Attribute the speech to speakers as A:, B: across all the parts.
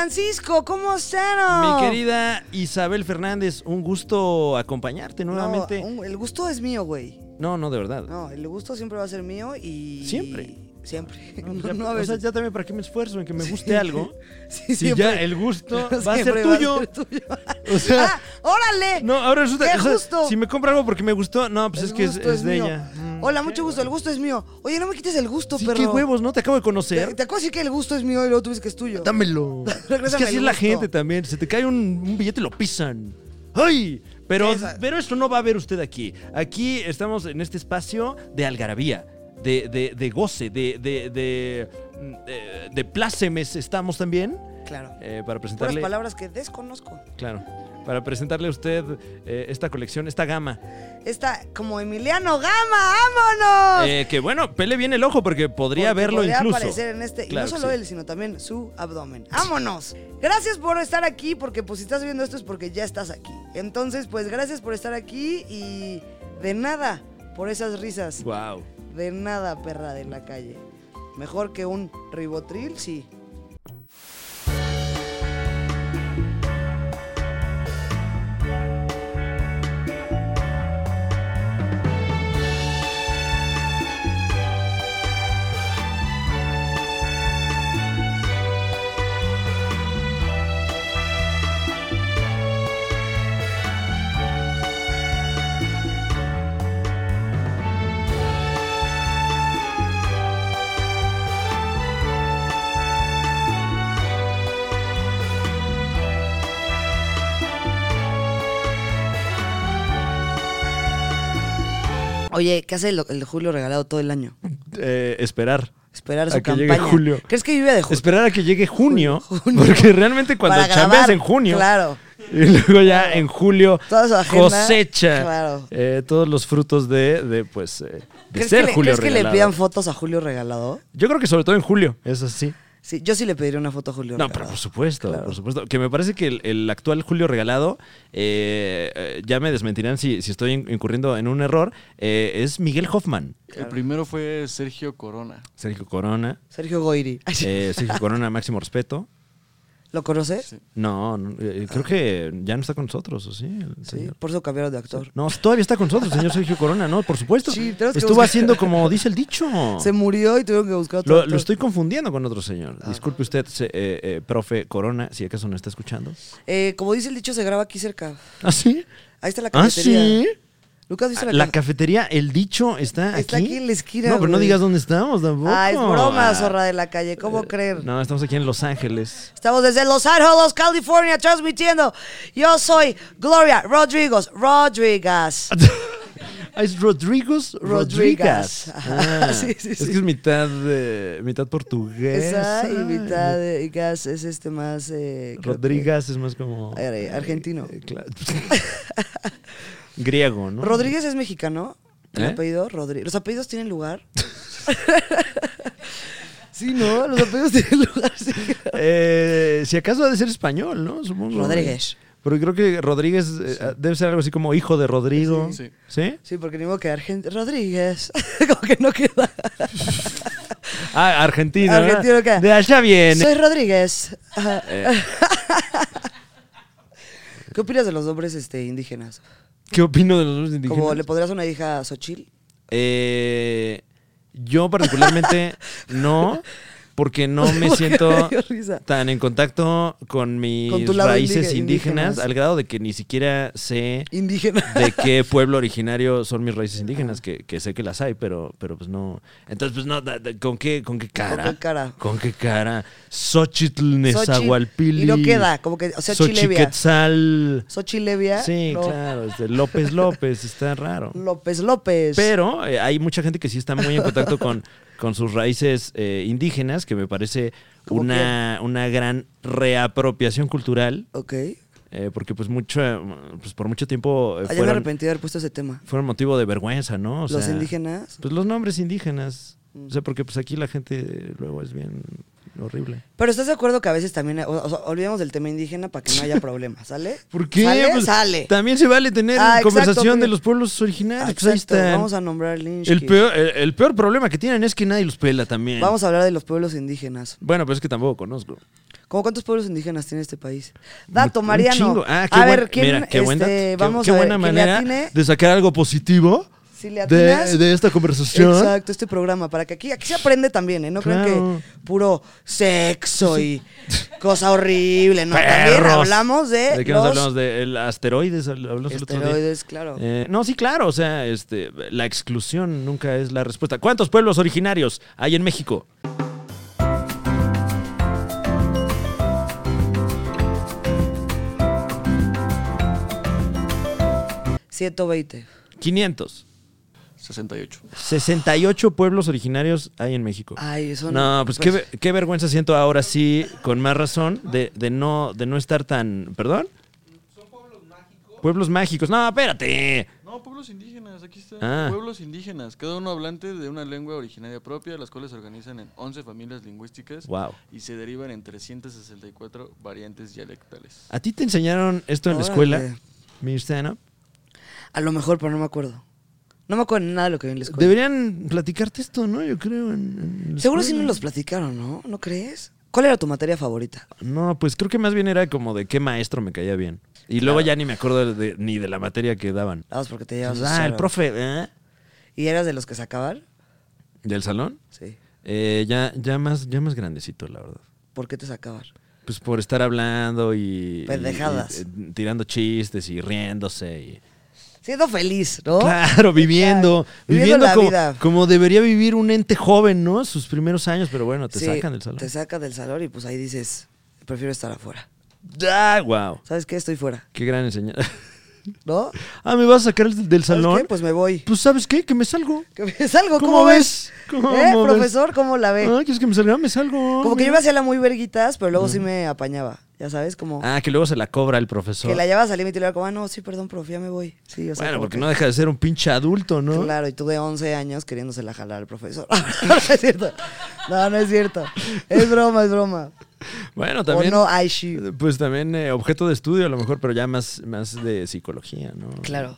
A: Francisco, ¿cómo están?
B: Mi querida Isabel Fernández, un gusto acompañarte nuevamente.
A: No, un- el gusto es mío, güey.
B: No, no, de verdad.
A: No, el gusto siempre va a ser mío y...
B: ¿Siempre?
A: Siempre.
B: No,
A: No,
B: ya-
A: no, a
B: o sea,
A: veces.
B: ya también para qué me esfuerzo en que me guste algo.
A: Sí,
B: Si
A: siempre.
B: ya el gusto va a ser
A: Siempre va
B: tuyo.
A: tuyo.
B: O sea,
A: ¡Ah, órale!
B: No, ahora resulta
A: ¡Qué
B: o sea,
A: justo!
B: si me compra algo porque me gustó, no, pues
A: El
B: es que es,
A: gusto
B: es de
A: mío.
B: ella. Mm.
A: Hola, mucho gusto, el gusto es mío. Oye, no me quites el gusto,
B: Sí,
A: pero.
B: qué huevos, ¿no? Te acabo de
A: ¿Te,
B: conocer.
A: te acuerdas de decir que el gusto es mío y luego tú dices que es tuyo?
B: Dámelo. es
A: Regrésame
B: que
A: el
B: así es la
A: gusto.
B: gente también. Se te cae un, un billete y lo pisan. ¡Ay! Pero,
A: Esa-
B: pero esto no va a ver usted aquí. Aquí estamos en este espacio de algarabía, de, de, de goce, de, de, de, de- de plácemes estamos también.
A: Claro.
B: eh,
A: Puras
B: para presentarle.
A: palabras que desconozco.
B: Claro. Para presentarle a usted eh, esta colección, esta gama.
A: Está como Emiliano Gama, ¡vámonos!
B: Eh, que bueno, pele bien el ojo porque podría
A: Porque
B: verlo
A: podría
B: incluso.
A: aparecer en este,
B: Claro
A: y
B: que
A: no solo
B: sí.
A: él, sino también su abdomen. ¡Vámonos! Gracias por estar aquí, porque pues si estás viendo esto es porque ya estás aquí. Entonces, pues gracias por estar aquí y de nada por esas risas.
B: Wow.
A: De nada, perra de la calle. Mejor que un ribotril, sí. Oye, ¿qué hace el, el Julio regalado todo el año?
B: Eh, esperar.
A: Esperar su
B: A que llegue
A: campaña.
B: julio.
A: ¿Crees que vive de julio?
B: Esperar a que llegue junio.
A: Junio.
B: Porque realmente cuando
A: Para
B: chambeas
A: grabar,
B: en junio.
A: Claro.
B: Y luego ya en julio
A: Toda su agenda,
B: cosecha
A: claro.
B: eh, todos los frutos de, de, pues, eh, de
A: ¿Crees,
B: ser
A: que, le,
B: Julio
A: crees que le
B: Regalado.
A: pidan fotos a Julio Regalado?
B: Yo creo que sobre todo en julio, es así.
A: Sí, yo sí le pediría una foto a Julio
B: No, pero pues,
A: Regalado.
B: por supuesto, por supuesto. Que me parece que el, el actual Julio Regalado, eh, eh, ya me desmentirán si, si estoy in- incurriendo en un error, eh, es Miguel Hoffman.
C: El primero fue Sergio Corona.
B: Sergio Corona.
A: Sergio Goiri. Ay, sí.
B: eh, Sergio Corona, máximo respeto.
A: ¿Lo conoces? Sí.
C: Sí.
B: No, no, eh, creo que ya no está con nosotros, ¿o sí? el señor?
A: Por eso cambiaron de actor.
B: No, todavía está con nosotros, señor Sergio Corona, ¿no? Por supuesto.
A: Sí, tenemos que
B: Estuvo
A: buscar-
B: haciendo como dice el dicho.
A: Se murió Ah. y tuvieron que buscar otro
B: Lo,
A: actor.
B: lo estoy confundiendo con otro señor. Disculpe usted, se- eh, eh, profe Corona, si acaso no está escuchando.
A: Eh, como dice el dicho, se graba aquí cerca.
B: ¿Ah, sí?
A: Ahí está la
B: ¿Ah,
A: cafetería.
B: sí? Ah,
A: Lucas, ¿viste la,
B: La
A: ca-
B: cafetería, el dicho, está aquí.
A: Está aquí en la esquina,
B: No, pero no
A: güey.
B: digas dónde estamos tampoco.
A: Ah, es broma,
B: Ah,
A: zorra de la calle. ¿Cómo
B: eh,
A: creer?
B: No, estamos aquí en Los Ángeles.
A: Estamos desde Los Ángeles, California, transmitiendo. Yo soy Gloria Rodríguez. Rodríguez.
B: Ah, es Rodríguez Rodríguez.
A: Rodríguez. Ajá,
B: Ah,
A: sí, sí,
B: es
A: sí.
B: que es mitad, eh, mitad portugués.
A: Esa y mitad eh, y gas es este más. eh, creo que-
B: Rodríguez es más como.
A: A ver, eh, argentino.
B: eh, cla- Griego, ¿no?
A: Rodríguez es mexicano. El
B: ¿Eh?
A: apellido Rodríguez. ¿Los apellidos tienen lugar? sí, ¿no? Los apellidos tienen lugar. sí.
B: Eh, si acaso ha de ser español, ¿no? Supongo.
A: Rodríguez.
B: Porque creo que Rodríguez eh, debe ser algo así como hijo de Rodrigo.
C: Sí, sí.
B: ¿Sí?
A: Sí, porque ni modo que Argent Rodríguez. Como que no queda.
B: Ah, argentino. ¿no?
A: Argentino, ¿qué?
B: De allá viene.
A: Soy Rodríguez. Ajá.
B: Eh,
A: ¿Qué opinas de los nombres este, indígenas?
B: ¿Qué opino de los hombres indígenas?
A: Como le podrías una hija a Xochil.
B: Eh, yo particularmente no, porque no me
A: ¿Por qué
B: siento
A: me dio risa?
B: tan en contacto con mis
A: Con tu lado
B: raíces
A: indígena-
B: indígenas,
A: indígenas.
B: al grado de que ni siquiera sé
A: Indígena.
B: de qué pueblo originario son mis raíces indígenas, que, que sé que las hay, pero, pero pues no. Entonces, pues no, da- da- ¿con qué, con qué cara?
A: qué cara?
B: ¿Con qué cara? Xochitl, Nezahualpili.
A: Y no queda, como que- o sea, Chilevia.
B: Xochiquetzal.
A: Xochilevia.
B: Sí,
A: no. Mm,
B: claro, este, López López, está raro.
A: López López.
B: Pero eh, hay mucha gente que sí está muy en contacto con, con sus raíces eh, indígenas, que me parece
A: ¿Cómo
B: una, una gran reapropiación cultural,
A: Ok.
B: eh, porque pues mucho, eh, pues por mucho tiempo eh,
A: Ah, ya me
B: fueron,
A: arrepentí de haber puesto ese tema.
B: fueron motivo de vergüenza, ¿no? O
A: los
B: sea,
A: indígenas. Mm.
B: Pues los nombres indígenas. O sea, porque pues aquí la gente eh, luego es bien horrible.
A: Pero estás de acuerdo que a veces también, o- o sea, olvidemos del tema indígena para que no haya problemas, ¿sale?
B: ¿Por qué?
A: ¿Sale?
B: Pues,
A: Sale.
B: También se vale tener
A: Ah, exacto,
B: conversación de
A: porque-
B: los pueblos originarios.
A: Ah,
B: pues ahí
A: exacto,
B: están.
A: Vamos a nombrar Lynch.
B: el, peor, el, el peor problema que tienen es que nadie los pela también.
A: Vamos a hablar de los pueblos indígenas.
B: Bueno, pero es que tampoco conozco.
A: ¿Cómo cuántos pueblos indígenas tiene este país? Dato, Mariano.
B: chingo. Ah, qué
A: a
B: buen-
A: ver, ¿quién,
B: mira, qué buen dato.
A: este,
B: Qué-
A: vamos
B: qué
A: a ver,
B: buena
A: ¿quién le
B: manera
A: atine?
B: de sacar algo positivo
A: Si le atinas,
B: de, de esta conversación.
A: Exacto, este programa, para que aquí, aquí se aprende también, ¿eh? No crean
B: Claro.
A: que puro sexo y cosa horrible, ¿no? También
B: Perros.
A: hablamos de,
B: ¿De qué
A: los
B: nos hablamos? ¿De el asteroides? Habl- hablamos el otro día.
A: esteroides, claro.
B: Eh, no, sí, claro, o sea, este, la exclusión nunca es la respuesta. ¿Cuántos pueblos originarios hay en México?
A: Ciento 120.
B: 500.
C: 68.
B: 68 pueblos originarios hay en México.
A: Ay, eso
B: No, pues qué, ve- qué vergüenza siento ahora sí, con más razón, de, de no, de no estar tan. ¿Perdón? Son pueblos mágicos. Pueblos mágicos. No, espérate.
C: No, pueblos indígenas, aquí está.
B: Ah.
C: Pueblos indígenas, cada uno hablante de una lengua originaria propia, las cuales se organizan en 11 familias lingüísticas
B: Wow.
C: y se derivan en 364 variantes dialectales.
B: ¿A ti te enseñaron esto en la escuela, Mir Stanhope?
A: A lo mejor, pero no me acuerdo. No me acuerdo nada de lo que vi en la escuela.
B: Deberían platicarte esto, ¿no? Yo creo. en- en la
A: Seguro si
B: escuela.
A: no los platicaron, ¿no? ¿No crees? ¿Cuál era tu materia favorita?
B: No, pues creo que más bien era como de qué maestro me caía bien. Y luego ya ni me acuerdo de- ni de la materia que daban.
A: Vamos, porque te
B: Ah,
A: llevas un
B: el
A: cero.
B: profe. ¿eh?
A: ¿Y eras de los que sacaban?
B: ¿Del salón?
A: Sí.
B: Eh, ya, ya, más, ya más grandecito, la verdad.
A: ¿Por qué te sacaban?
B: Pues por estar hablando y.
A: Pendejadas.
B: y, eh, tirando chistes y riéndose. y-
A: Siendo feliz, ¿no?
B: Claro, viviendo.
A: Exacto.
B: Viviendo,
A: la
B: como,
A: vida.
B: como debería vivir un ente joven, ¿no? Sus primeros años, pero bueno, te
A: Sí,
B: sacan del salón.
A: Te sacan del salón y pues ahí dices, prefiero estar afuera.
B: ¡Ah, wow!
A: ¿Sabes qué? Estoy fuera,
B: Qué gran enseñanza.
A: ¿no?
B: ah, ¿me vas a sacar del
A: ¿Sabes
B: salón?
A: qué? Pues me voy.
B: Pues, ¿sabes qué? Que me salgo.
A: Que me salgo, ¿cómo,
B: ¿Cómo
A: ves?
B: ves? ¿Cómo
A: ¿Eh,
B: ves?
A: profesor? ¿Cómo la ve?
B: Ah, ¿quieres que me salga? Me salgo.
A: Como que yo
B: mira.
A: me hacía la muy verguitas, pero luego sí me apañaba. Ya sabes, como
B: Mm. Ah, que luego se la cobra el profesor.
A: que la llevas al límite y le como, ah, no, sí, perdón, profe, ya me voy. Sí, o sea,
B: bueno,
A: como
B: porque
A: que-
B: no deja de ser un pinche adulto, ¿no?
A: Claro, y tuve 11 años queriéndosela jalar al profesor. no es cierto. No, no es cierto. Es broma, es broma.
B: Bueno, también.
A: O no, ah. ay, sí.
B: Pues también eh, objeto de estudio, a lo mejor, pero ya más, más de psicología, ¿no?
A: Claro.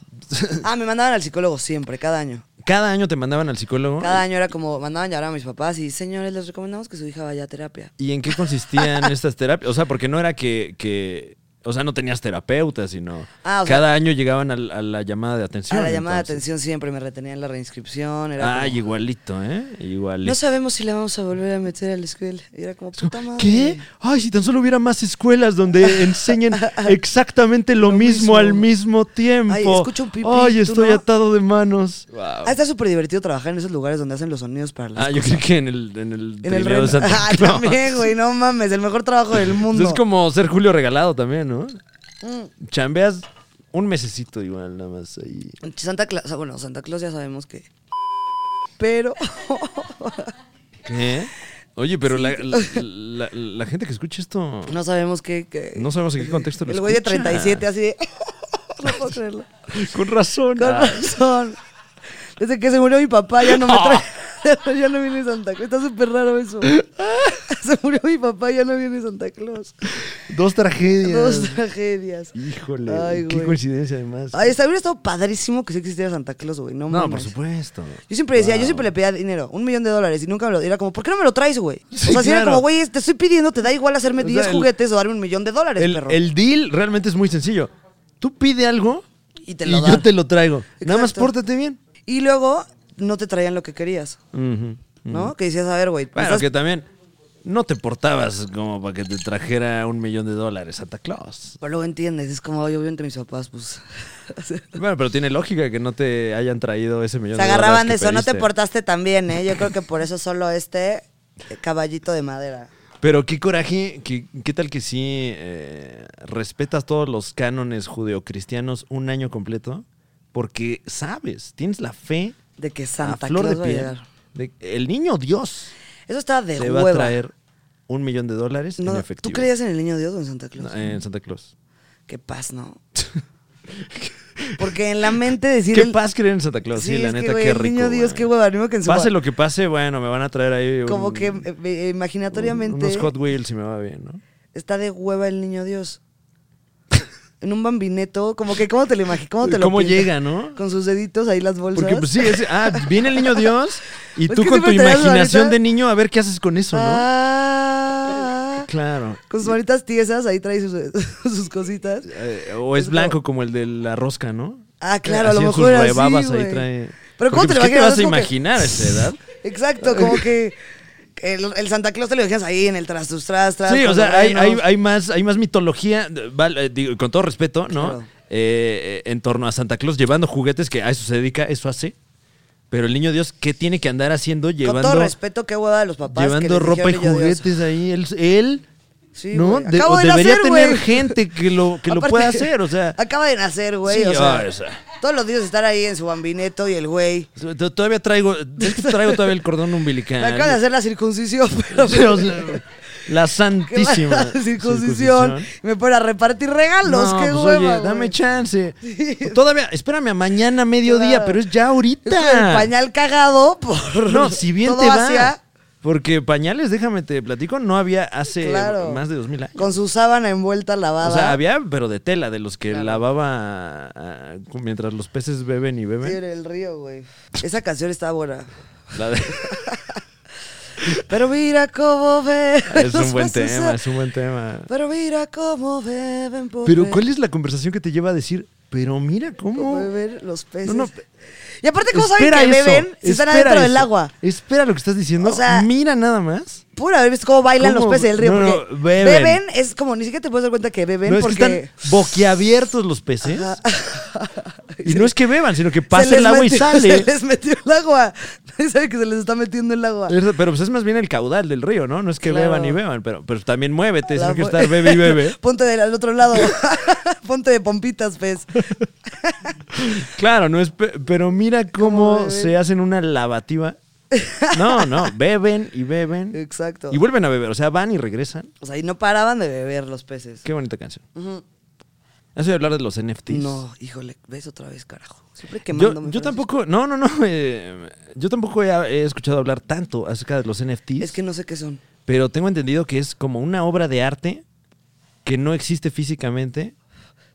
A: Ah, me mandaban al psicólogo siempre, cada año.
B: Cada año te mandaban al psicólogo.
A: Cada año era como, mandaban llamar a mis papás y, señores, les recomendamos que su hija vaya a terapia.
B: ¿Y en qué consistían estas terapias? O sea, porque no era que. que o sea, no tenías terapeuta, sino.
A: Ah, o sea-
B: cada año llegaban al- a, la llamada de atención.
A: A la llamada de
B: entonces.
A: atención siempre me retenían la reinscripción. Era
B: Ay,
A: como,
B: igualito, ¿eh? Igualito.
A: no sabemos si la vamos a volver a meter a la escuela. Y era como, puta madre.
B: ¿Qué? Ay, si tan solo hubiera más escuelas donde enseñen exactamente lo,
A: Lo
B: mismo,
A: mismo.
B: al mismo tiempo.
A: Ay, escucho un pipí,
B: Ay,
A: tú
B: estoy
A: no.
B: atado de manos.
A: Ah, está súper divertido trabajar en esos lugares donde hacen los sonidos para las
B: Ah, yo creo que en el, en el
A: En el reno.
B: trineo de Santa
A: Ah,
B: Claus.
A: también, güey, no mames, el mejor trabajo del mundo.
B: Es como ser Julio regalado también, ¿no?
A: Mm.
B: Chambeas un mesecito igual, nada más ahí.
A: Santa Claus, ah, bueno, Santa Claus ya sabemos que. Pero.
B: ¿Qué? ¿Eh? Oye, pero la, la- la- la gente que escucha esto,
A: no sabemos qué. qué-
B: no sabemos en qué contexto lo
A: el güey de
B: escucha.
A: 37, así de. no puedo creerlo.
B: Con razón.
A: Con
B: Ah.
A: razón. Desde que se murió mi papá, ya no me
B: Ah.
A: trae. ya no viene Santa Claus. Está súper raro eso. se murió mi papá, ya no viene Santa Claus.
B: Dos tragedias.
A: Dos tragedias.
B: Híjole,
A: Ay,
B: qué
A: güey.
B: coincidencia además.
A: Ay, está- hubiera estado padrísimo que sí existiera Santa Claus, güey. No,
B: no,
A: mames.
B: por supuesto.
A: Yo siempre decía, yo siempre le pedía dinero, un millón de dólares, y nunca me lo. Era como, ¿por qué no me lo traes, güey?
B: Sí,
A: o sea, si era
B: claro.
A: como, güey, te estoy pidiendo, te da igual hacerme
B: O sea,
A: 10
B: el-
A: juguetes o darme un millón de dólares,
B: El,
A: perro.
B: el deal realmente es muy sencillo. Tú pide algo
A: y te lo
B: y
A: dan.
B: yo te lo traigo. Nada más
A: Exacto.
B: pórtate bien.
A: Y luego no te traían lo que querías, ¿no? Que decías, a ver, güey.
B: Bueno,
A: Pues estás-
B: que también no te portabas como para que te trajera un millón de dólares Santa Claus.
A: Pero luego entiendes, es como, yo vivo entre mis papás, pues.
B: Bueno, pero tiene lógica que no te hayan traído ese millón
A: Se
B: de dólares.
A: agarraban de
B: que
A: eso, no te
B: pediste.
A: portaste tan bien, ¿eh? Yo creo que por eso solo este eh, caballito de madera.
B: Pero qué coraje, que- qué tal que sí eh, respetas todos los cánones judeocristianos un año completo, porque sabes, tienes la fe
A: De que
B: a
A: Santa
B: flor
A: Claus
B: de
A: va a
B: piel.
A: llegar.
B: de- el niño Dios
A: Eso estaba de
B: te
A: hueva.
B: va a traer un millón de dólares
A: No,
B: en
A: ¿Tú
B: efectivo.
A: creías en el niño Dios o en Santa Claus?
B: No, en Santa Claus.
A: Qué paz, ¿no? Porque en la mente decir.
B: Qué
A: el-
B: paz creer en Santa Claus, sí,
A: Sí,
B: la
A: es que,
B: neta,
A: güey,
B: qué
A: el
B: rico.
A: niño Dios,
B: güey.
A: qué hueva, ni modo que en su-
B: Pase lo que pase, bueno, me van a traer ahí un-
A: Como que eh, eh,
B: un-
A: imaginatoriamente
B: unos Hot Wheels si me va bien, ¿no?
A: está de hueva el niño Dios. En un bambineto, como que, ¿cómo te lo imaginas? ¿Cómo te lo
B: ¿Cómo
A: pintas?
B: llega, no?
A: Con sus deditos ahí las bolsas.
B: Porque pues sí, es- ah, viene el niño Dios y
A: Pues
B: tú
A: que
B: con tu
A: siempre te das la
B: imaginación
A: varita.
B: de niño a ver qué haces con eso, ¿no?
A: Ah,
B: Claro.
A: Con sus manitas tiesas, ahí trae sus, sus cositas.
B: Eh, o es blanco como el de la rosca, ¿no?
A: Ah, claro, a lo
B: Así en
A: mejor
B: sus
A: era así,
B: rebabas ahí
A: güey.
B: trae-
A: Pero ¿cómo
B: Porque,
A: te lo
B: pues, ¿Qué
A: imaginas? Es
B: te vas a
A: como que-
B: imaginar a esa edad?
A: Exacto, como que el, el Santa Claus te lo dejas ahí en el tras, tus tras, tras.
B: Sí,
A: con
B: o
A: los
B: sea, hay, hay-
A: renos.
B: hay más, hay más mitología, val- eh, digo, con todo respeto, ¿no?
A: Claro.
B: Eh, eh, en torno a Santa Claus llevando juguetes, que a eso se dedica, eso hace. Pero el niño Dios, ¿qué tiene que andar haciendo
A: Con
B: llevando,
A: todo respeto, qué hueva de los papás. que
B: llevando
A: les
B: ropa y
A: dijeron niño Dios.
B: juguetes ahí? Él, él,
A: Sí,
B: ¿no?
A: güey,
B: De-
A: acabo
B: o
A: de
B: debería
A: nacer,
B: tener
A: güey.
B: gente que lo, que lo
A: Aparte,
B: pueda hacer, o sea.
A: Acaba de nacer, güey.
B: Sí,
A: o sea,
B: ah, o sea.
A: Todos los días estar ahí en su bambineto y el güey.
B: t- Todavía traigo, es que traigo todavía el cordón umbilical.
A: Me acaban de hacer la circuncisión, pero.
B: Ah, Sí, o sea, la
A: ¿qué va a hacer
B: santísima
A: la circuncisión. Y Me ponen a repartir regalos, qué
B: pues,
A: hueva.
B: oye,
A: güey.
B: dame chance. Todavía, espérame a mañana mediodía,
A: Claro.
B: pero es ya
A: Es como el
B: ahorita.
A: pañal cagado por.
B: no, si bien
A: todo
B: te va.
A: hacia-
B: Porque pañales, déjame te platico, no había hace
A: Claro.
B: más de 2000 años.
A: Con su sábana envuelta lavada.
B: O sea, había, pero de tela, de los que lavaba ah, mientras los peces beben y
A: Sí,
B: beben.
A: en el río, güey. Esa canción está buena.
B: La de-
A: Pero mira cómo beben.
B: es
A: los
B: un buen
A: peces.
B: tema, es un buen tema.
A: Pero mira cómo beben. Por
B: Pero, ¿cuál es la conversación que te lleva a decir, pero mira
A: cómo
B: cómo...
A: beben los peces.
B: no.
A: Y aparte, ¿cómo saben
B: Espera
A: que
B: eso,
A: beben si están
B: espera
A: adentro del
B: eso,
A: agua?
B: Espera lo que estás diciendo.
A: O sea-
B: mira nada más.
A: Pura haber visto cómo bailan
B: ¿Cómo?
A: los peces del río.
B: No, no,
A: porque
B: beben.
A: es como, ni siquiera te puedes dar cuenta que beben
B: No, es
A: porque... Ah.
B: que están boquiabiertos los peces. Y no es que beban, sino que
A: se
B: pasa
A: les
B: el agua y
A: metió-
B: sale.
A: Se les metió el agua. Nadie sabe que se les está metiendo el agua.
B: Es- Pero pues es más bien el caudal del río, ¿no? No es que
A: Claro.
B: beban y beban, pero, pero también muévete,
A: La
B: sino que
A: bo-
B: estar bebe y bebe.
A: Ponte del al otro lado. Ponte de pompitas, pez.
B: Claro, no es. pe- Pero mira cómo,
A: beben.
B: se hacen una lavativa. No, no, beben y beben.
A: Exacto.
B: Y vuelven a beber, o sea, van y regresan.
A: O sea, y no paraban de beber los peces.
B: Qué bonita canción.
A: Ujú.
B: Has oído hablar de los NFTs.
A: No, híjole, ves otra vez, carajo. Siempre quemándome.
B: Yo, yo
A: Francisco.
B: tampoco, no, no, no. eh, yo tampoco he, he escuchado hablar tanto acerca de los NFTs.
A: Es que no sé qué son.
B: Pero tengo entendido que es como una obra de arte que no existe físicamente.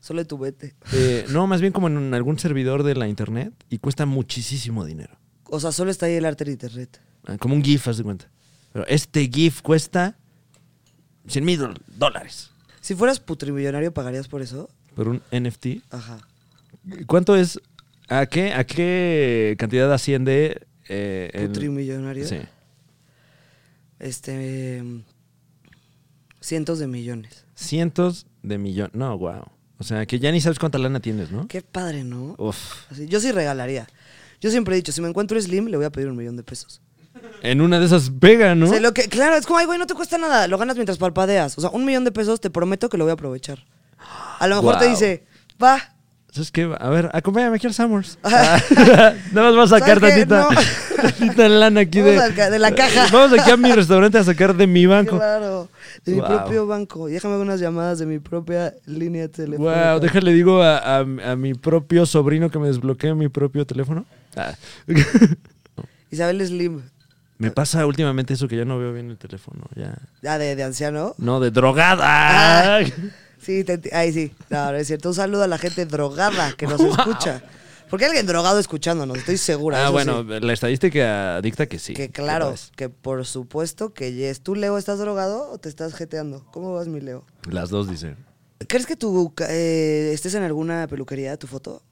A: Solo de tu vete.
B: eh, no, más bien como en un- algún servidor de la internet y cuesta muchísimo dinero.
A: O sea, solo está ahí el arte de internet.
B: Ah, Como un GIF, haz de cuenta. Pero este GIF cuesta 100 mil dólares.
A: Si fueras putrimillonario, ¿pagarías por eso?
B: Por un NFT.
A: Ajá.
B: ¿Cuánto es? ¿A qué, a qué cantidad asciende? eh, el-
A: Putrimillonario.
B: Sí.
A: Este. mm, Cientos de millones.
B: Cientos de millones. No, wow. O sea, que ya ni sabes cuánta lana tienes, ¿no?
A: Qué padre, ¿no?
B: Uf.
A: Así, yo sí regalaría. Yo siempre he dicho, si me encuentro Slim, le voy a pedir un millón de pesos.
B: En una de esas pega, ¿no?
A: O sea, lo que, claro, es como, ay, güey, no te cuesta nada, lo ganas mientras parpadeas. O sea, un millón de pesos te prometo que lo voy a aprovechar. A lo mejor te
B: Guau.
A: dice, va.
B: ¿Sabes qué? A ver, acompáñame aquí al Summers. Ah, Nada más vas a sacar
A: ¿Sabes qué?
B: tantita,
A: No.
B: tantita lana aquí
A: Vamos
B: de,
A: al ca- de la caja.
B: Vamos aquí a mi restaurante a sacar de mi banco.
A: Claro, de mi
B: Guau.
A: propio banco. Y déjame ver unas llamadas de mi propia línea telefónica.
B: Wow, déjale, digo a, a- a mi propio sobrino que me desbloquee mi propio teléfono. Ah.
A: Isabel Slim,
B: me pasa últimamente eso que ya no veo bien el teléfono. Ya.
A: ah, de, de anciano.
B: No, de
A: Ah.
B: drogada. Ah,
A: Sí, te enti- ay, sí. No, no es cierto. Un saludo a la gente drogada que nos escucha. Porque hay alguien drogado escuchándonos, estoy segura.
B: Ah,
A: eso
B: bueno,
A: sí.
B: la estadística dicta que sí.
A: Que claro,
B: lo es.
A: que por supuesto que yes. ¿Tú, Leo, estás drogado o te estás jeteando? ¿Cómo vas, mi Leo?
B: Las dos dicen.
A: ¿Crees que tú ca- eh, estés en alguna peluquería, tu foto?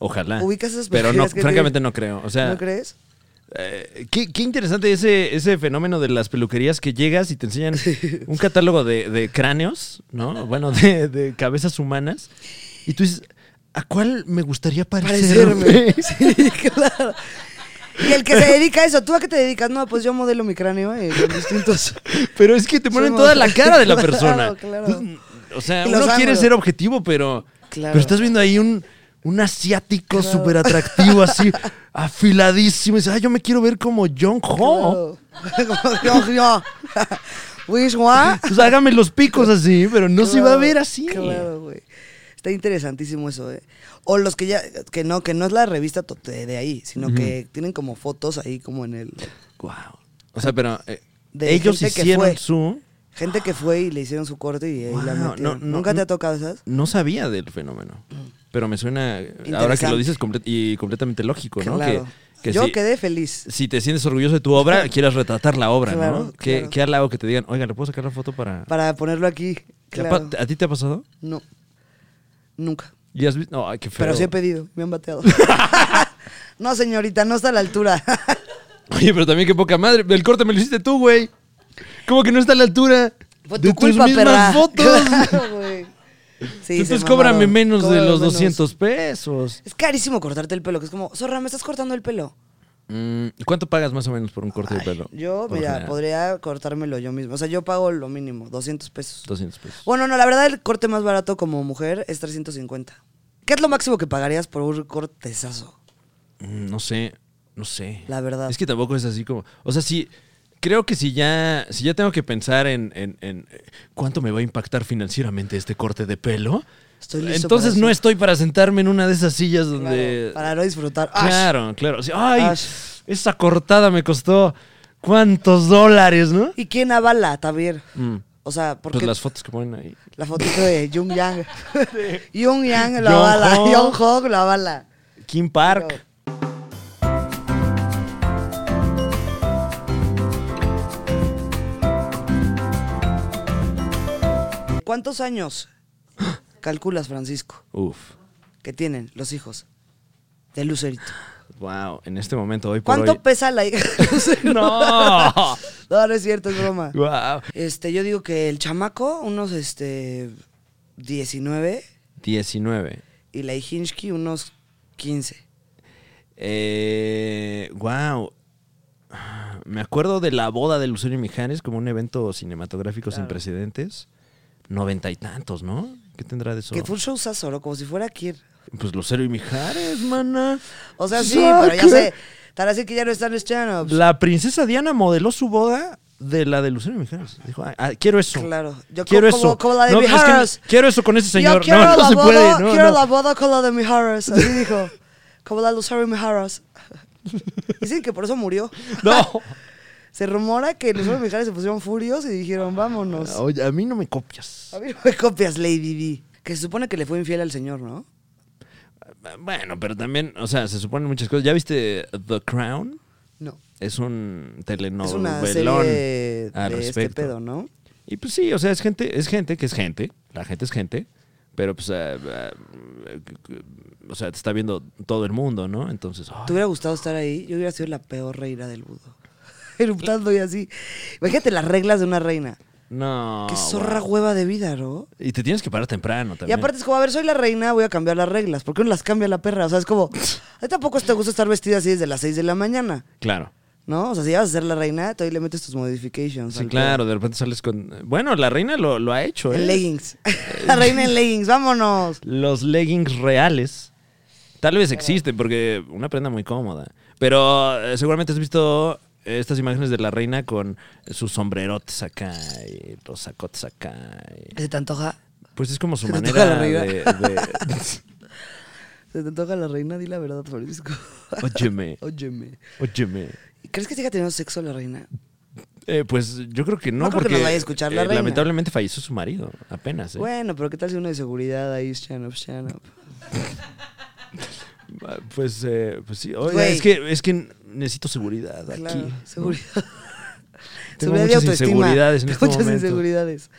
B: Ojalá.
A: Ubicas esas
B: Pero no,
A: peluquerías que
B: francamente
A: tienen-
B: no creo. O sea,
A: ¿No crees?
B: Eh, qué, qué interesante ese, ese fenómeno de las peluquerías que llegas y te enseñan un catálogo de, de cráneos, ¿no? Bueno, de, de cabezas humanas. Y tú dices, ¿a cuál me gustaría parecerme?
A: Parecerme. sí, claro. Y el que se dedica a eso, ¿tú a qué te dedicas? No, pues yo modelo mi cráneo eh, con distintos.
B: Pero es que te ponen
A: Somos-
B: toda la cara de la
A: Claro,
B: persona.
A: claro.
B: O sea,
A: Y
B: uno
A: los
B: quiere
A: ángulos.
B: ser objetivo, pero,
A: Claro.
B: pero estás viendo ahí un, un asiático súper atractivo, así, afiladísimo. Y dices, ah, yo me quiero ver como John
A: Claro.
B: Ho.
A: Como yo, yo. Wish one.
B: Pues hágame los picos así, pero no se va a
A: Claro,
B: ver así.
A: Claro, güey. Está interesantísimo eso, ¿eh? O los que ya, que no, que no es la revista tot- de de ahí, sino que tienen como fotos ahí como en el...
B: Wow. O sea, pero eh,
A: De
B: ellos
A: gente que
B: hicieron
A: fue.
B: su.
A: Gente que fue y le hicieron su corte y ahí la
B: Guau, no,
A: metieron.
B: no,
A: ¿Nunca te
B: no.
A: ha tocado esas?
B: No sabía del fenómeno. Pero me suena, ahora que lo dices, comple- y completamente lógico, Pues ¿no? Que-
A: Claro.
B: Que, Que
A: Yo
B: sí.
A: quedé feliz.
B: si te sientes orgulloso de tu obra, quieras retratar la obra,
A: Claro,
B: ¿no? Qué,
A: claro.
B: qué halago que te digan, oiga, ¿le puedo sacar la foto para...?
A: Para ponerlo aquí.
B: ¿Te ha
A: Claro.
B: pa- ¿A ti te ha pasado?
A: No. Nunca.
B: ¿Y has visto? No, ay, qué feo.
A: Pero sí he pedido. Me han bateado. no, señorita, no está a la altura.
B: Oye, pero también qué poca madre. El corte me lo hiciste tú, güey. ¿Cómo que no está a la altura?
A: Fue
B: de
A: tu culpa,
B: tus mismas
A: perra.
B: fotos.
A: Claro, güey. Sí, se
B: Entonces
A: mamaron.
B: cóbrame menos de
A: Cóbrame
B: los
A: menos.
B: 200 pesos.
A: Es carísimo cortarte el pelo, que es como, zorra, me estás cortando el pelo.
B: Mm, ¿Cuánto pagas más o menos por un corte de pelo?
A: Yo,
B: Por lo
A: mira,
B: general,
A: podría cortármelo yo mismo. O sea, yo pago lo mínimo, 200 pesos.
B: 200 pesos.
A: Bueno, no, la verdad el corte más barato como mujer es 350. ¿Qué es lo máximo que pagarías por un cortezazo?
B: Mm, No sé, no sé.
A: La verdad.
B: Es que tampoco es así como. O sea, sí. Creo que si ya, si ya tengo que pensar en, en- en, eh, cuánto me va a impactar financieramente este corte de pelo,
A: Estoy listo
B: entonces
A: para
B: no
A: eso.
B: estoy para sentarme en una de esas sillas
A: Claro,
B: donde.
A: para no disfrutar. ¡Ash!
B: Pues Claro, claro. O sea, ay,
A: Ash.
B: esa cortada me costó cuántos dólares, ¿no?
A: ¿Y quién avala, Javier?
B: Mm.
A: O sea, porque
B: Pues las fotos que ponen ahí.
A: la fotito de Jung Yang. Jung Yang
B: Jung
A: la avala,
B: Ho.
A: Jung Ho la avala.
B: Kim Park.
A: ¿Cuántos años calculas, Francisco,
B: Uf.
A: que tienen los hijos de Lucerito?
B: Wow. En este momento, hoy por
A: ¿Cuánto
B: hoy.
A: pesa la hija de Lucerito?
B: ¡No!
A: No, no es cierto, es broma.
B: wow.
A: Este, yo digo que el chamaco, unos este 19
B: 19.
A: y la Hijinsky unos 15.
B: Eh, wow. Me acuerdo de la boda de Lucero y Mijares como un evento cinematográfico sin precedentes. Noventa y tantos, ¿no? ¿Qué tendrá de eso?
A: Que fue un showzazo, ¿no? como si fuera Kier.
B: Pues Lucero y Mijares, mana.
A: O sea, sí,
B: Saca.
A: pero ya sé. Tal así que ya no están los stand-ups.
B: La princesa Diana modeló su boda de la de Lucero y Mijares. Dijo, "Ah, ah, quiero eso.
A: Claro. Yo
B: quiero
A: co-
B: eso.
A: como- como la de
B: No, es que
A: Mijares.
B: no- quiero eso con ese
A: Yo
B: señor.
A: quiero
B: no, no
A: la
B: se
A: boda,
B: puede. No,
A: quiero
B: no.
A: la boda con la de Mijares. Así dijo. Como la de Lucero y Mijares. Dicen que por eso murió.
B: No.
A: Se rumora que Lucero y Mijares se pusieron furios y dijeron, vámonos.
B: Oye, a mí no me copias.
A: A mí no me copias, Lady B. Que se supone que le fue infiel al señor, ¿no?
B: Bueno, pero también, o sea, se suponen muchas cosas. ¿Ya viste The Crown?
A: No.
B: Es un
A: Es una
B: telenovelón
A: serie de
B: al respecto.
A: este pedo, ¿no?
B: Y pues sí, o sea, es gente, es gente que es gente, la gente es gente, pero pues, eh, eh, o sea, te está viendo todo el mundo, ¿no? Entonces, ay,
A: ¿Te hubiera gustado estar ahí? Yo hubiera sido la peor reina del mundo. Eruptando y así. Imagínate las reglas de una reina.
B: no.
A: Qué zorra
B: Ah, guau.
A: hueva de vida, ¿no?
B: Y te tienes que parar temprano
A: Y
B: también.
A: aparte es como, a ver, soy la reina, voy a cambiar las reglas. ¿Por qué no las cambia la perra? O sea, es como, a ti tampoco te gusta estar vestida así desde las 6 de la mañana,
B: Claro.
A: ¿no? O sea, si ya vas a ser la reina, todavía le metes tus modifications.
B: Sí,
A: al
B: claro, de repente sales con... Bueno, la reina lo, lo ha hecho,
A: pedo. En
B: ¿eh?
A: leggings. la reina en leggings, vámonos.
B: Los leggings reales. Tal vez existen, porque una prenda muy cómoda. Pero eh, seguramente has visto eh, estas imágenes de la reina con sus sombrerotes acá y los sacotes acá. y-
A: ¿Se te antoja?
B: Pues es como su
A: Se te
B: manera
A: toca la
B: de,
A: reina.
B: de-
A: ¿Se te antoja la reina? Di la verdad, Francisco.
B: Pues, Óyeme,
A: Óyeme.
B: óyeme.
A: ¿Y ¿Crees que siga teniendo sexo la reina?
B: Eh, pues yo creo que no,
A: No creo que
B: porque eh,
A: nos vaya a escuchar la reina.
B: lamentablemente falleció su marido, apenas. ¿eh?
A: Bueno, pero ¿qué tal si uno de seguridad ahí, stand up, stand up?
B: Ah, Pues, eh, pues sí, oiga,
A: Güey.
B: es que, es que necesito seguridad
A: Claro,
B: aquí.
A: seguridad.
B: Tengo
A: seguridad y
B: muchas
A: autoestima.
B: inseguridades en este
A: Muchas
B: momento.
A: inseguridades.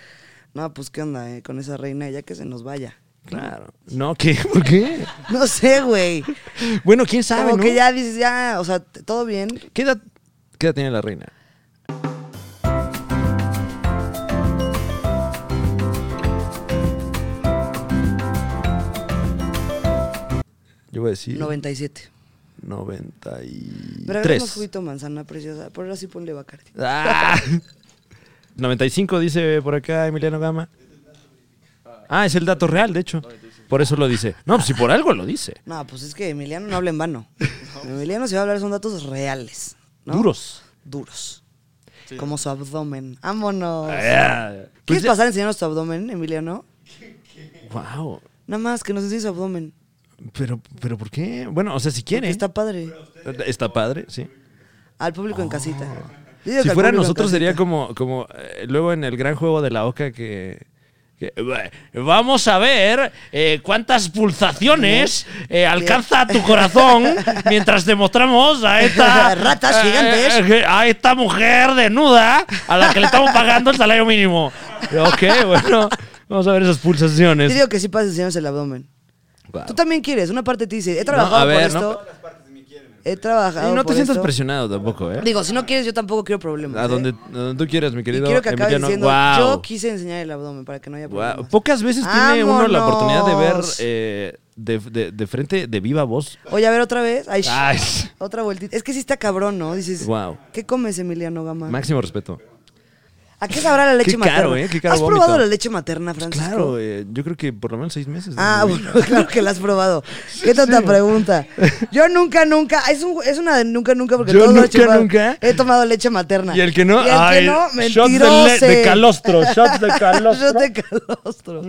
A: No, pues qué onda, eh, con esa reina, ya que se nos vaya.
B: Claro. No, ¿qué? ¿Por qué?
A: No sé, güey.
B: Bueno, quién sabe,
A: Como
B: ¿no?
A: que ya dices, ya, o sea, t- todo bien.
B: ¿Qué edad, qué edad tiene la reina? Yo voy a decir
A: 97. Pero hagamos
B: 93.
A: juguito manzana preciosa. Por ahora sí ponle Bacardi.
B: Ah. 95 dice por acá Emiliano Gama. Ah, es el dato real, de hecho. Por eso lo dice. No, pues si por algo lo dice.
A: No, pues es que Emiliano no habla en vano. Emiliano si va a hablar son datos reales. ¿no?
B: Duros.
A: Duros. Como su abdomen. Vámonos.
B: Ah. Pues
A: ¿Quieres
B: ya-
A: pasar a enseñarnos tu abdomen, Emiliano?
B: Wow.
A: Nada más que nos enseñes su abdomen.
B: Pero, pero ¿por qué? Bueno, o sea, si
A: Porque
B: quiere.
A: Está padre.
B: Está padre, sí.
A: Al público en casita. Yo digo que
B: Ah. Si
A: al público
B: fuera
A: en
B: nosotros sería
A: casita.
B: como, como eh, luego en el gran juego de la Oca que, Que, eh, Vamos a ver eh, cuántas pulsaciones eh, alcanza tu corazón mientras demostramos a esta.
A: Ratas
B: eh,
A: gigantes.
B: eh, que- a esta mujer desnuda a la que le estamos pagando el salario mínimo. Ok, bueno. Vamos a ver esas
A: Te
B: pulsaciones.
A: digo que sí puedes enseñarnos el abdomen.
B: Wow.
A: Tú también quieres, una parte de ti dice, he trabajado
B: a ver,
A: por
B: no-
A: esto. He trabajado
B: Y no te
A: por
B: sientas
A: esto.
B: presionado tampoco, ¿eh?
A: Digo, si no quieres, yo tampoco quiero problemas.
B: A
A: ¿eh?
B: donde, a donde tú quieras, mi
A: Y
B: querido.
A: quiero que acabes
B: Emiliano.
A: diciendo,
B: Guau.
A: yo quise enseñar el abdomen para que no haya
B: Guau.
A: problemas.
B: Pocas veces tiene uno la oportunidad de ver
A: ¡Vámonos!
B: eh, de, de- de frente, de viva voz.
A: Oye, a ver, otra vez. Ay, sh-
B: Ay,
A: Otra vueltita. Es que sí está cabrón, ¿no? Dices,
B: Ah. Guau.
A: ¿qué comes, Emiliano Gama?
B: máximo respeto.
A: ¿A qué sabrá la leche
B: Qué caro,
A: materna?
B: ¿eh? Qué caro
A: ¿Has
B: vómito.
A: probado la leche materna, Francisco?
B: Claro, eh, yo creo que por lo menos seis meses.
A: Ah,
B: ¿no?
A: bueno, claro que la has probado. Qué tanta pregunta. Yo nunca, nunca. Es, un, es una de nunca, nunca, porque
B: Yo
A: todos lo he
B: nunca,
A: chupado.
B: nunca.
A: He tomado leche materna.
B: Y el que no,
A: Y el
B: ay,
A: que no,
B: shots de, le-
A: mentiroso.
B: de calostro, shots de calostro.
A: Shots de calostro.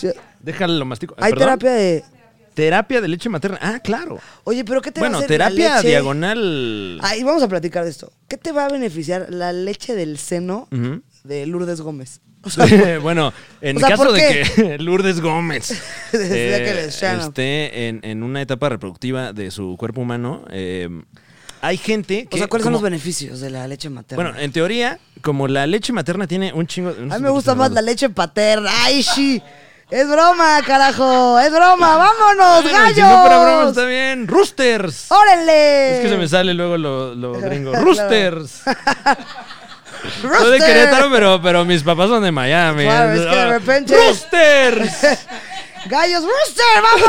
A: Yo-
B: Déjalo, lo mastico. Ah,
A: Hay
B: ¿perdón?
A: terapia de.
B: Terapia de leche materna. Ah, claro.
A: Oye, pero ¿qué te va a
B: Bueno,
A: hacer la
B: terapia
A: leche?
B: diagonal.
A: Ahí vamos a platicar de esto. ¿Qué te va a beneficiar la leche del seno
B: Ujú.
A: de Lourdes Gómez? O sea,
B: bueno, en
A: O sea,
B: caso
A: ¿por
B: de
A: qué?
B: que Lourdes Gómez
A: Decía que
B: eh,
A: les llamo.
B: esté en, en una etapa reproductiva de su cuerpo humano, eh, hay gente que...
A: o sea, ¿cuáles son
B: como-
A: los beneficios de la leche materna?
B: Bueno, en teoría, como la leche materna tiene un chingo...
A: a mí me gusta más la leche paterna. ¡Ay, sí! ¡Es broma, carajo! ¡Es broma! ¡Vámonos,
B: Bueno, y
A: gallos!
B: Si no para bromas, está bien. ¡Roosters!
A: ¡Órale!
B: Es que se me sale luego lo, lo gringo. ¡Roosters! Soy de
A: ¡Rooster!
B: Querétaro, pero, pero mis papás son de Miami.
A: Claro, es que de
B: Ah,
A: repente-
B: ¡Roosters!
A: ¡Gallos, rooster!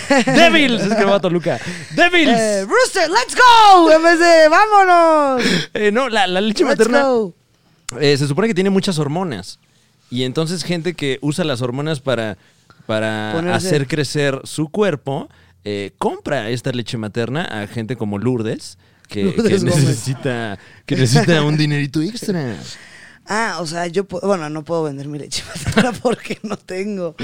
A: ¡Vámonos! Eh,
B: ¡Devils! Es que va a Toluca. ¡Devils!
A: eh, ¡Rooster, let's go! En vez de ¡vámonos!
B: Eh, no, la, la leche
A: Let's
B: materna
A: go.
B: eh, se supone que tiene muchas hormonas. Y entonces gente que usa las hormonas para, para
A: Ponerse-
B: hacer crecer su cuerpo, eh, compra esta leche materna a gente como Lourdes, que, que
A: Lourdes Gómez.
B: necesita, que necesita un dinerito extra.
A: Ah, o sea, yo, po- bueno, no puedo vender mi leche materna porque no tengo.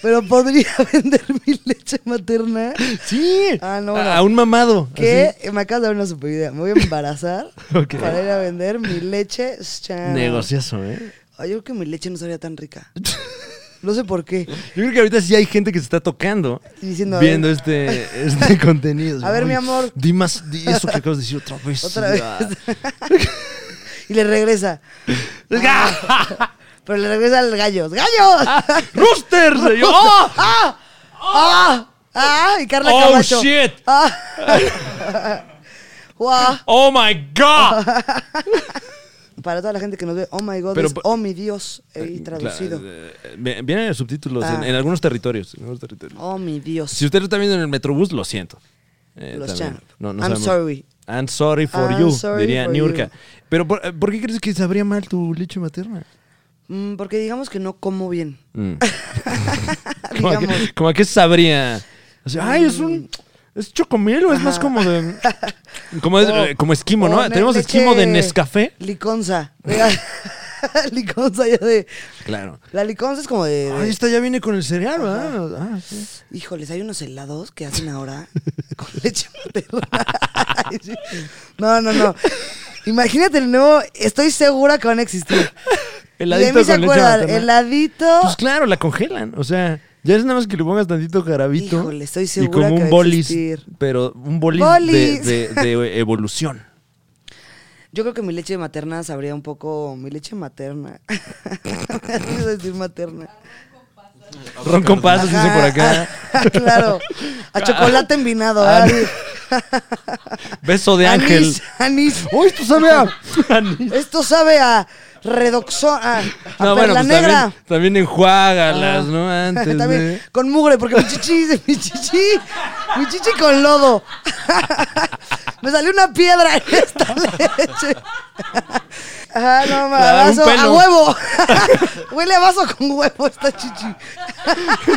A: Pero podría vender mi leche materna.
B: Sí,
A: Ah, no,
B: a,
A: no.
B: a un mamado.
A: Que me acabas de dar una super idea. Me voy a embarazar
B: ¿Ah, Ok.
A: para ir a vender mi leche. Chan.
B: así. Negociazo, ¿eh?
A: Ay, yo creo que mi leche no sabía tan rica. No sé por qué.
B: Yo creo que ahorita sí hay gente que se está tocando
A: Y diciendo, a
B: viendo
A: ver.
B: este, este contenido.
A: A ver,
B: Ay,
A: mi amor.
B: Di más, di eso que acabas de decir otra vez.
A: Otra vez.
B: Ah.
A: y le regresa.
B: Ah.
A: Pero le regresa al gallo. ¡Gallo!
B: ¡Roosters! Ah. Y yo, ¡oh!
A: ¡Ah! ¡Ah! ¡Ah! Y Carla
B: Oh,
A: Camacho.
B: shit.
A: ¡Ah! ¡Guau!
B: ¡Oh, my God!
A: Para toda la gente que nos ve, oh my god,
B: Pero
A: es
B: pa-
A: oh mi Dios, ahí traducido.
B: Vienen los subtítulos eh, en,
A: Ah.
B: en algunos territorios. en algunos territorios.
A: Oh mi Dios.
B: Si usted lo está viendo en el Metrobús, lo siento. Eh,
A: Los
B: también.
A: champ.
B: No, no
A: I'm
B: sabemos.
A: sorry.
B: I'm sorry for
A: I'm
B: you,
A: sorry
B: diría
A: for
B: Niurka.
A: you.
B: Pero, por, eh, ¿por qué crees que sabría mal tu leche materna?
A: Mm, porque digamos que no como bien.
B: Mm. ¿Cómo a
A: digamos. Mm.
B: qué- ¿Cómo a qué sabría? O sea, ay, es un. Es chocomil o es más como de. Como, es-
A: Oh,
B: eh, como esquimo, ¿no?
A: oh, ne-
B: Tenemos
A: leche
B: esquimo de Nescafé.
A: Liconza. Vea, liconza ya de.
B: Claro.
A: La liconza es como de. de-
B: Ah, esta ya viene con el cereal, ¿verdad? Ah, sí.
A: Híjoles, hay unos helados que hacen ahora con leche materna. Ay, sí. no, no, no. Imagínate el nuevo. Estoy segura que van a existir.
B: Heladito
A: y de mí se
B: con leche
A: acuerdan.
B: materna.
A: Heladito.
B: Pues claro, la congelan. O sea, ya es nada más que le pongas tantito jarabito.
A: Híjole, estoy
B: Y
A: segura
B: como
A: que
B: un
A: va a
B: bolis.
A: existir.
B: Pero un bolis, de-
A: Bolis.
B: De, de evolución.
A: Yo creo que mi leche materna sabría un poco. Mi leche materna. Quiero decir materna.
B: Ron con pasas, dice por acá.
A: Ajá, claro. A chocolate envinado. ¿eh?
B: Ah, Beso de ángel.
A: Anís, anís.
B: ¡Uy, esto sabe a anís!
A: Esto sabe a redoxón, a, a
B: No,
A: perla
B: bueno, pues
A: negra. Ah.
B: también, también enjuágalas, ¿no? Antes
A: También
B: de...
A: con mugre, porque mi chichi, mi chichi, mi chichi con lodo. Me salió una piedra en esta leche. Ajá, no, ma,
B: Claro, un
A: vaso a
B: pelo.
A: huevo. Huele a vaso con huevo esta chichi.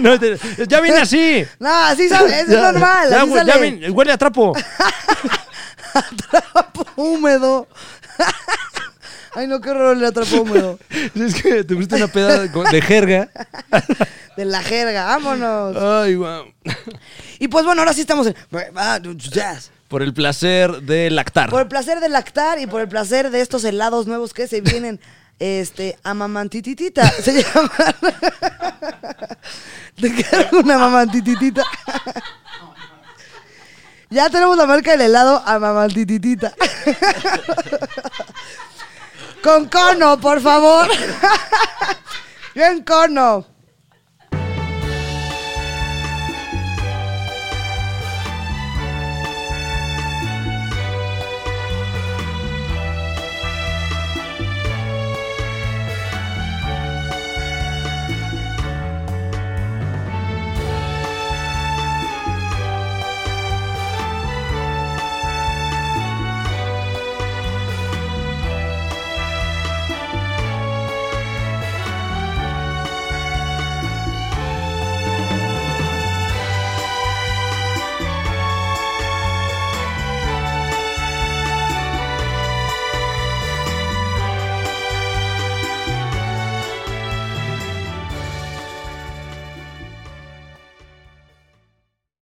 B: No, te- ¡Ya viene así!
A: No, así sabe, es
B: Ya-
A: normal.
B: ya
A: así
B: hu-
A: sale.
B: ya viene- huele a trapo.
A: trapo húmedo. Ay, no, qué horror le trapo húmedo.
B: es que te pusiste una peda de, de jerga.
A: De la jerga, vámonos.
B: Ay, guau.
A: Y pues bueno, ahora sí estamos en... Ah,
B: Por el placer de lactar.
A: Por el placer de lactar y por el placer de estos helados nuevos que se vienen Este, amamantititita se llama. Te encargo una amamantititita. Ya tenemos la marca del helado amamantititita. Con cono, por favor. Yo en cono.